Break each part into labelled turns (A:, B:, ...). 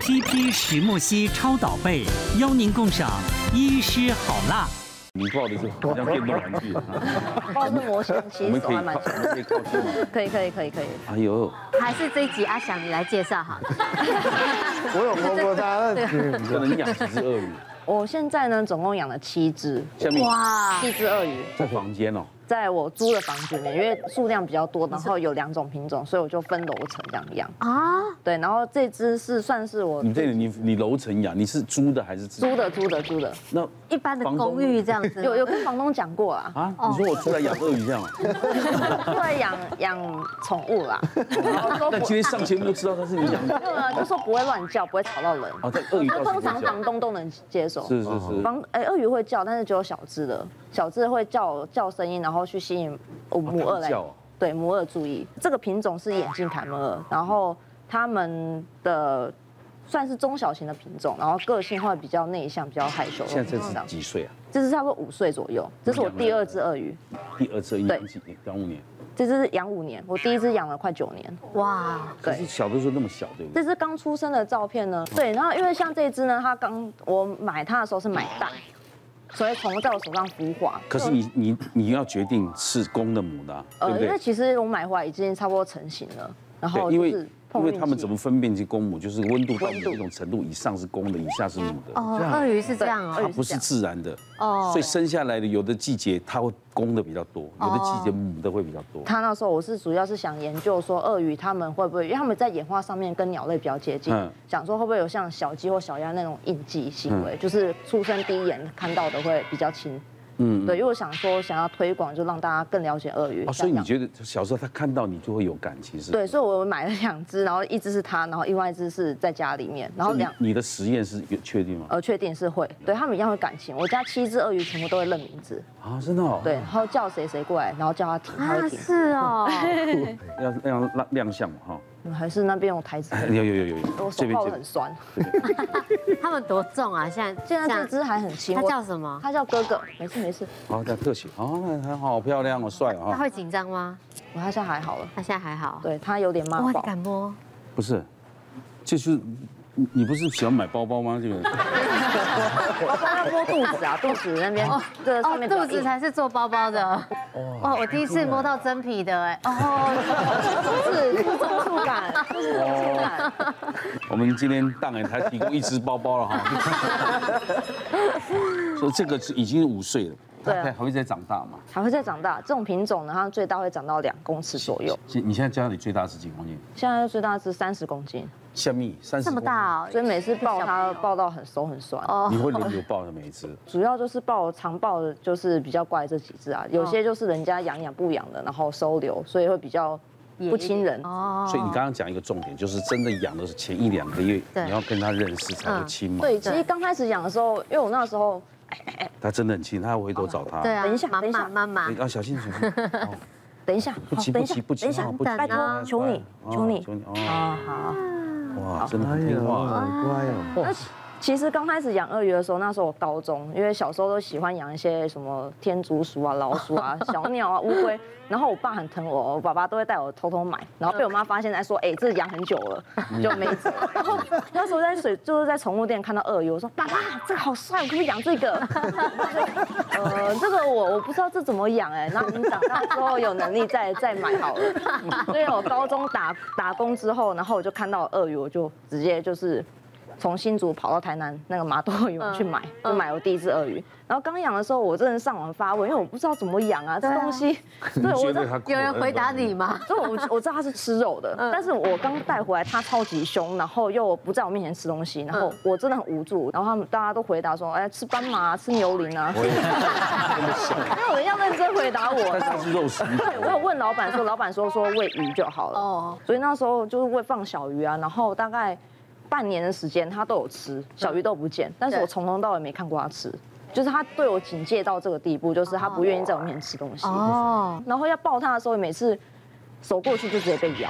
A: CP 石墨烯超导被，邀您共赏医师好辣。
B: 你报的是好像电动玩具，
C: 包括模 型
B: 我
C: 其实
B: 们可
C: 手
B: 以
C: 还蛮
B: 靠，
C: 长
B: 我们可以靠近吗？
C: 可以可以可以可以。
B: 哎呦，
D: 还是这一集阿翔你来介绍好了。
E: 我有摸过它，嗯
B: 可能养几只鳄鱼，
C: 我现在呢，总共养了七只，
B: 下面
D: 哇，
C: 七只鳄鱼，
B: 在房间哦，
C: 在我租的房间里，因为数量比较多，然后有两种品种，所以我就分楼层这样养。
D: 啊，
C: 对，然后这只是算是我
B: 你这里你你楼层养，你是租的还是自己？
C: 租的租的租的，
B: 那
D: 一般的
B: 房东
D: 公寓这样子，
C: 有有跟房东讲 过啦，
B: 啊？你说我出来养鳄鱼这 样哦？
C: 出来养养宠物 啦，然后说
B: 那
C: 不
B: 今天上节目就知道它是你养的
C: 没有啦，就说不会乱叫，不会吵到人。
B: 哦，但鳄鱼
C: 那
B: 倒是
C: 通
B: 不
C: 常
B: 会
C: 房
B: 叫，
C: 东都能接受，
B: 是是是，
C: 房哎，鳄鱼会叫，但是只有小只的，小只会叫叫声音，然后去吸引呃母
B: 它
C: 鳄
B: 会
C: 来
B: 叫哦，
C: 对母鳄注意。这个品种是眼镜凯门鳄，然后它们的算是中小型的品种，然后个性会比较内向，比较害羞。
B: 现在这
C: 这样
B: 是几岁啊？
C: 这是差不多五岁左右，这是我第二只鳄鱼，
B: 第二次
C: 对
B: 养几年？养五年？
C: 这只养五年，我第一只养了快九年。
D: 哇，
B: 可是
C: 对，
B: 小的时候那么小，对不对？
C: 这只刚出生的照片呢，对，然后因为像这只呢，它刚我买它的时候是买蛋，所以虫在我手上孵化。
B: 可是你你你要决定是公的母的啊，对
C: 呃，
B: 不
C: 因为
B: 对？
C: 其实我买回来已经差不多成型了，然后
B: 对，
C: 就
B: 因
C: 是
B: 为因
C: 碰
B: 为
C: 运
B: 他们
C: 气
B: 怎么分辨是公母，就是温度到
C: 温度
B: 某种程度以上是公的，以下是母的。
D: 哦，鳄鱼是这样
C: 对鳄
D: 哦
C: 鱼，
B: 它不是自然的
D: 哦
B: 所以生下来的有的季节它会公的比较多，有的季节母的会比较多。
C: 他那时候我是主要是想研究说鳄鱼它们会不会，因为它们在演化上面跟鸟类比较接近
B: 嗯，
C: 想说会不会有像小鸡或小鸭那种应激行为，就是出生第一眼看到的会比较亲。嗯，对，因为我想说想要推广，就让大家更了解鳄鱼。
B: 哦，所以你
C: 想
B: 觉得小时候他看到你就会有感情是？
C: 对，，所以我买了两只，然后一只是它，然后另外一只是在家里面，然后
B: 你
C: 两
B: 你的实验是有确定吗？
C: 呃确定是会，对它们一样会感情。我家七只鳄鱼全部都会认名字，
B: 啊，真的哦。
C: 对，然后叫谁谁过来，然后叫它停，它
D: 啊，
C: 会停。
D: 是哦，
B: 要，要让亮亮相嘛哈。
C: 嗯还是那边有台子，
B: 有有有有
C: 我
B: 有，
C: 手抱得很酸。
D: 他们多重啊？现在
C: 现在这
D: 样
C: 只还很轻，
D: 它
C: 我
D: 叫什么？
C: 它叫哥哥，没事没事，
B: 好，那特写哦，那他好漂亮哦，帅哦
D: 它
B: 哈。
D: 会紧张吗？
C: 我它现在还好了。
D: 它现在还好。
C: 对，它有点妈
D: 哇，你
C: 宝，
D: 敢摸？
B: 不是，就是你你不是喜欢买包包吗？这个
C: 我帮它摸肚子啊，肚子那边这个上面比较
D: 哦肚
C: 硬
D: 子才是做包包的。
B: 哦
D: 哇，我第一
B: 哎
D: 次摸到真皮的哎。
C: 肚子腹中触感，肚子中触感。
B: 我们今天当然才提供一只包包了哈。说这个是已经五岁了，它
C: 对啊
B: 还还会再长大嘛？
C: 还会再长大，这种品种呢，它最大会长到两公尺左右，
B: 现你现在家里最大是几公斤？
C: 现在最大是三十公斤，
B: 虾米三十
D: 这么大哦，
C: 所以每次抱它
D: 小朋友
C: 抱到很手很酸。
B: 你会轮流抱着每一只，
C: 主要就是抱常抱的就是比较怪这几只啊，有些就是人家养养不养的，然后收留，所以会比较不亲人。
D: 哦
B: 所以你刚刚讲一个重点，就是真的养的是前一两个月，
D: 对
B: 你要跟它认识才会亲嘛。
C: 对，其实刚开始养的时候，因为我那时候
B: 它真的很亲，它还回头找它。
D: 对啊，
C: 等一下
D: 妈
C: 等一
D: 妈
C: 下
D: 妈妈
B: 哎，啊，小心小 心！哦
C: 等一下，
B: 不
C: 好
B: 急
C: 等
B: 不
C: 一下
B: 急不急，
C: 等一下
B: 哦，不急
C: 拜托，求你，求你
B: 求你哦！
C: 啊，好。
B: 哇，真的
E: 哎
B: 很
E: 呦，
B: 听话。
E: 好乖哦。
C: 那其实刚开始养鳄鱼的时候，那时候我高中，因为小时候都喜欢养一些什么天竺鼠啊、老鼠啊、小鸟啊、乌龟，然后我爸很疼我，我爸爸都会带我偷偷买，然后被我妈发现，在说，哎，这养很久了，就没辙。然后 那时候在水，就是在宠物店看到鳄鱼，我说爸爸，这个好帅，我可不可以养这个？ 呃，这个我我不知道这怎么养哎，那你长大之后有能力再 再买好了。所以我高中打打工之后，然后我就看到鳄鱼，我就直接就是从新竹跑到台南那个麻豆鳄鱼 园去买，就买我第一只鳄鱼。然后刚养的时候，我真的上网发问，因为我不知道怎么养啊，这东西。
B: 嗯
C: 对，我知道。
B: 它
D: 有人回答你吗？
C: 所以我 我知道它是吃肉的，
D: 嗯
C: 但是我刚带回来，它超级凶，然后又不在我面前吃东西，然
D: 嗯
C: 后我真的很无助。然后他们大家都回答说，哎，吃斑马啊、吃牛羚 啊， 没有人要认真回答
B: 但
C: 我
B: 是。 它是肉食女
C: 对，我有问老板说，老板说说喂鱼就好了。
D: 哦
C: 哦，所以那时候就是喂放小鱼啊，然后大概半年的时间，它都有吃，小鱼都不
D: 嗯
C: 见，但是我从头到尾没看过它吃，就是它对我警戒到这个地步，就是它不愿意在我面前吃东西。
D: 哦，
C: 然后要抱它的时候，每次手过去就直接被
D: 哦
C: 咬。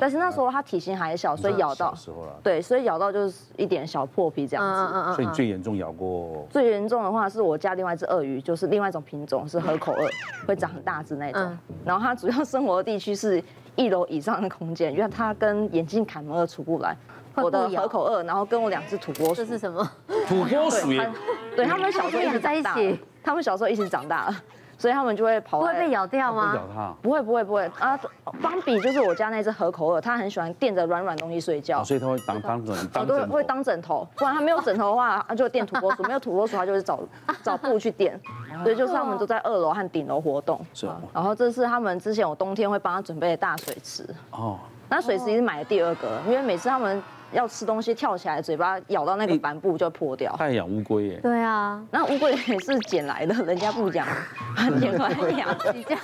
C: 但是那时候它体型还小，所以咬到
B: 小，时候了，
C: 对，所以咬到就是一点小破皮这样子。
D: 嗯
B: 所以你最严重咬过
C: 最严重的话是我家另外一只鳄鱼，就是另外一种品种是河口鳄，会长很大只那种
D: 嗯。
C: 然后它主要生活的地区是一楼以上的空间，因为它跟眼镜凯门鳄处不来。
D: 会
C: 我的
D: 不咬
C: 河口鳄，然后跟我两只土拨
D: 这
C: 鼠，
D: 是什么？
B: 土拨鼠也
C: 对他们小时候一起长大
D: 他们在一起，
C: 他们小时候一起长大了，所以他们就会跑
D: 不
C: 来。
D: 会被咬掉
B: 不咬
D: 吗？
B: 它
C: 不会不会不会啊！邦比就是我家那只河口鳄，它很喜欢垫着软软东西睡觉
B: 啊，，所以它会当当枕
C: 我
B: 哦当
C: 都
B: 枕头
C: 会当枕头。不然它没有枕头的话，它就垫土拨鼠；没有土拨鼠，它就是找 找布去垫。所以就是他们都在二楼和顶楼活动。
B: 哦是哦
C: 啊然后这是他们之前我冬天会帮他准备的大水池，
B: 哦。
C: 那水池也是买的第二个，因为每次他们要吃东西跳起来，嘴巴咬到那
B: 哎
C: 个帆布就破掉。
B: 它也养乌龟耶，
D: 对啊，
C: 那乌龟也是捡来的，人家不 养， 捡回来养，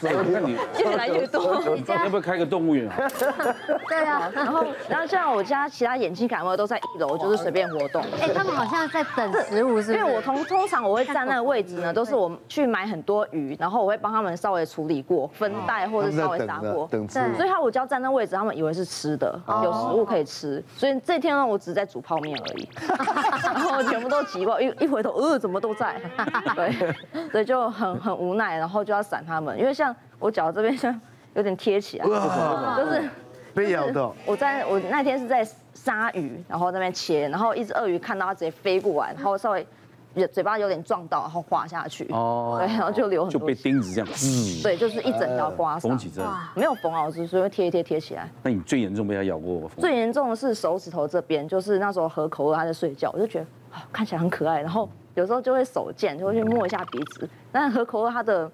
B: 那哎你
C: 越来越 多。
D: 你
B: 要
D: 家
B: 不要开个动物园啊？
D: 对啊。
C: 然后，然后像我家其他眼睛感冒都在一楼，就是随便活动。
D: 哎，他们好像在等食物，是
C: 因
D: 不是？
C: 为我通通常我会站那个位置呢，都是我去买很多鱼，然后我会帮他们稍微处理过、分带或者
E: 在
C: 稍微
E: 等
C: 炸
E: 着
C: 过。
E: 等吃
D: 对
C: 所以他我只要站那位置，他们以为是吃的，有食物可以吃。所以这天呢，我只在煮泡面而已，然后全部都挤爆，一一回头，呃，怎么都在？对，所以就很很无奈，然后就要闪他们，因为像我脚这边像有点贴起来，就是。
E: 被咬到，
C: 我在我那天是在杀鱼，然后在那边切，然后一只鳄鱼看到它直接飞过来，然后稍微也嘴巴有点撞到，然后滑下去，
B: 哦
C: 哦，对，然后就流很
B: 就
C: 多
B: 被
C: 血，
B: 钉子这样滋
C: 对，就是一整条刮
B: 缝
C: 伤，
B: 起针。
C: 没有缝啊好，只是会贴一贴贴起来。
B: 那你最严重被它咬过缝？
C: 最严重的是手指头这边，就是那时候河口鳄它在睡觉，我就觉得啊看起来很可爱，然后有时候就会手贱，就会去摸一下鼻子，但是河口鳄它的。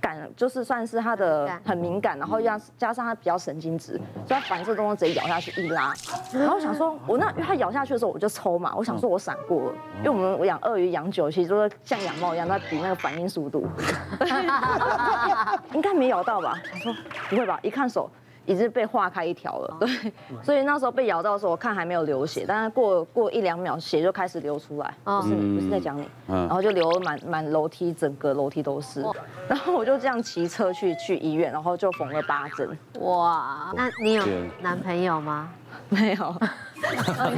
C: 感就是算是它的很敏感，然后加加上它比较神经质，所以它反射动作直接咬下去一拉。然后我想说，我那因为它咬下去的时候我就抽嘛，我想说我闪过了，因为我们养鳄鱼养久，其实就是像养猫一样，它比那个反应速度。应该没咬到吧？我说不会吧，一看手已经被划开一条了，对，所以那时候被咬到的时候，我看还没有流血，但是过过一两秒血就开始流出来，
D: 哦
C: 不是不是在讲你，
B: 嗯
C: 然后就流满满楼梯，整个楼梯都是，然后我就这样骑车去去医院，然后就缝了八针，
D: 哇，啊那你有
B: 对
D: 男朋友吗？
C: 没有，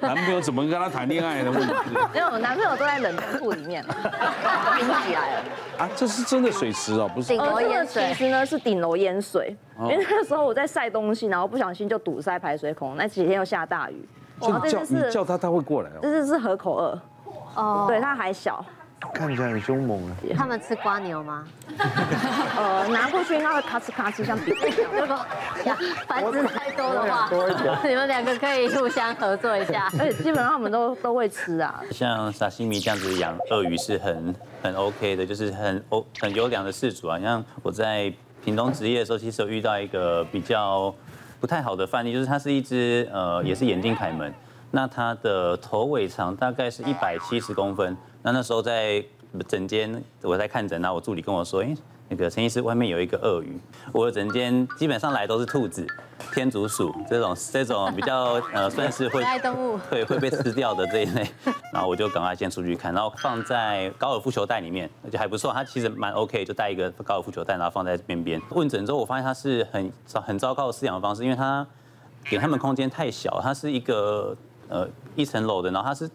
B: 男朋友怎么跟他谈恋爱的问题
C: 因为我男朋友都在冷冻库里面，冰起来了。
B: 啊？这是真的水池哦，不是
D: 顶楼
C: 呃，这个
D: 淹水
C: 其实呢是顶楼淹水，因
B: 哦
C: 为那时候我在晒东西，然后不小心就堵塞排水孔，那几天又下大雨，然后
B: 你
C: 这
B: 叫
C: 只
B: 你
C: 是
B: 叫他，他会过来哦。
C: 这只是河口鳄，
D: 哦，
C: 对，它还小，
E: 看起来很凶猛啊！
D: 他们吃瓜牛 吗？
C: 呃，拿过去应该会咔哧咔哧像比例一样。
D: 如 果呀繁殖太多的话，
E: 多一点
D: 你们两个可以互相合作一下。
C: 而且基本上我们都都会吃啊，
F: 像沙西米这样子养鳄鱼是很很 OK 的，就是很欧很优良的饲主啊。像我在屏东职业的时候，其实有遇到一个比较不太好的范例，就是它是一只呃也是眼镜凯门，那它的头尾长大概是一百七十公分。那那时候在诊间我在看诊，然后我助理跟我说，哎、那个陈医师，外面有一个鳄鱼，我的诊间基本上来都是兔子、天竺鼠这种这种比较呃算是 会
D: 可爱动物
F: 对，会被吃掉的这一类。然后我就赶快先出去看，然后放在高尔夫球袋里面，而且还不错，它其实蛮 OK，就带一个高尔夫球袋，然后放在边边。问诊之后，我发现它是很糟很糟糕的饲养方式，因为它给它们空间太小，它是一个呃一层楼的，然后它是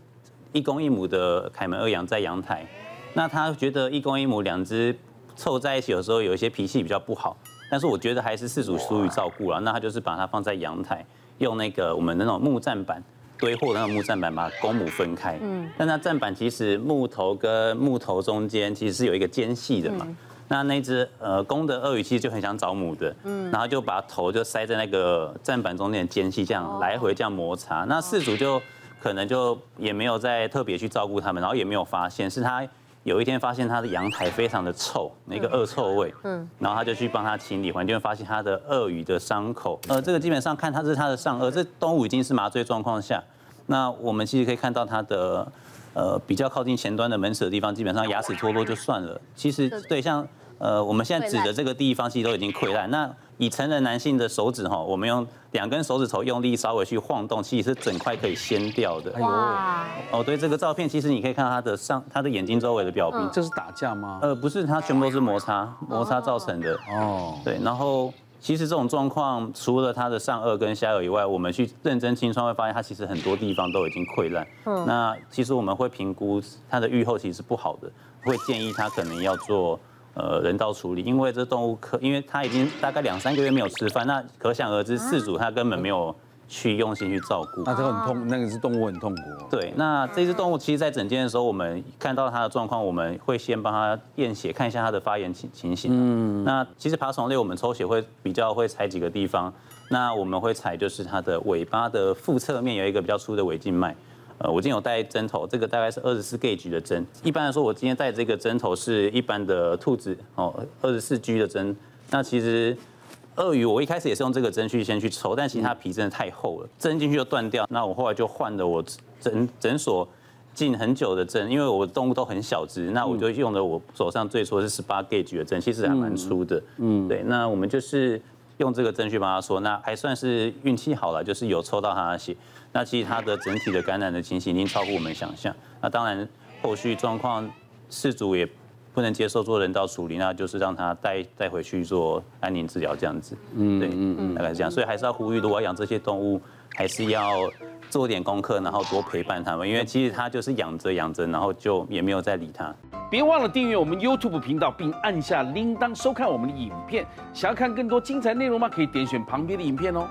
F: 一公一母的凯门二羊在阳台，那他觉得一公一母两只凑在一起，有时候有一些脾气比较不好，但是我觉得还是事主疏于照顾了。那他就是把它放在阳台，用那个我们那种木站板堆货的那种木站板，把公母分开。嗯，但那站板其实木头跟木头中间其实是有一个间隙的嘛。那那只呃公的鳄鱼其实就很想找母的，嗯，然后就把头就塞在那个站板中间的间隙，这样来回这样摩擦。那事主就可能就也没有再特别去照顾它们，然后也没有发现，是他有一天发现它的阳台非常的臭，那个恶臭味，嗯，然后他就去帮它清理环境，发现它的鳄鱼的伤口，呃，这个基本上看它这是它的上颚，呃这动物已经是麻醉状况下，那我们其实可以看到它的。呃，比较靠近前端的门齿的地方，基本上牙齿脱落就算了。其实对，像呃，我们现在指的这个地方，其实都已经溃烂。那以成人男性的手指哈，我们用两根手指头用力稍微去晃动，其实是整块可以掀掉的。
D: 哇，
F: 哦，对，这个照片其实你可以看到他的上，他的眼睛周围的表皮，
B: 这是打架吗？
F: 呃，不是，它全部都是摩擦，摩擦造成的。
C: 嗯
B: 哦，
F: 对，然后其实这种状况，除了它的上颚跟下颚以外，我们去认真清创，会发现它其实很多地方都已经溃烂。嗯，那其实我们会评估它的愈后其实是不好的，会建议它可能要做。呃，人道处理，因为这动物可，因为它已经大概两三个月没有吃饭，那可想而知，饲主他根本没有去用心去照顾。
B: 那这个很痛，那个是动物很痛苦。哦
F: 对，那这只动物其实，在诊间的时候，我们看到它的状况，我们会先帮它验血，看一下它的发炎情情形。嗯，那其实爬虫类我们抽血会比较会采几个地方，那我们会采就是它的尾巴的腹侧面有一个比较粗的尾静脉。呃，我今天有带针头，这个大概是二十四 gauge 的针。一般来说，我今天带这个针头是一般的兔子哦，二十四 G 的针。那其实鳄鱼，我一开始也是用这个针去先去抽，但其实它皮真的太厚了，针进去就断掉。那我后来就换了我诊诊所进很久的针，因为我动物都很小只，那我就用了我手上最初是十八 gauge 的针，其实还蛮粗的。嗯，对，那我们就是。用这个针去帮他说，那还算是运气好了，就是有抽到他的血。那其实他的整体的感染的情形已经超乎我们想象。那当然，后续状况事主也不能接受做人道处理，那就是让他带带回去做安宁治疗这样子。嗯，对，大概是这样。所以还是要呼吁，如果要养这些动物，还是要做点功课，然后多陪伴他们，因为其实他就是养着养着，然后就也没有再理他。
G: 别忘了订阅我们 YouTube 频道，并按下铃铛收看我们的影片。想要看更多精彩内容吗？可以点选旁边的影片哦。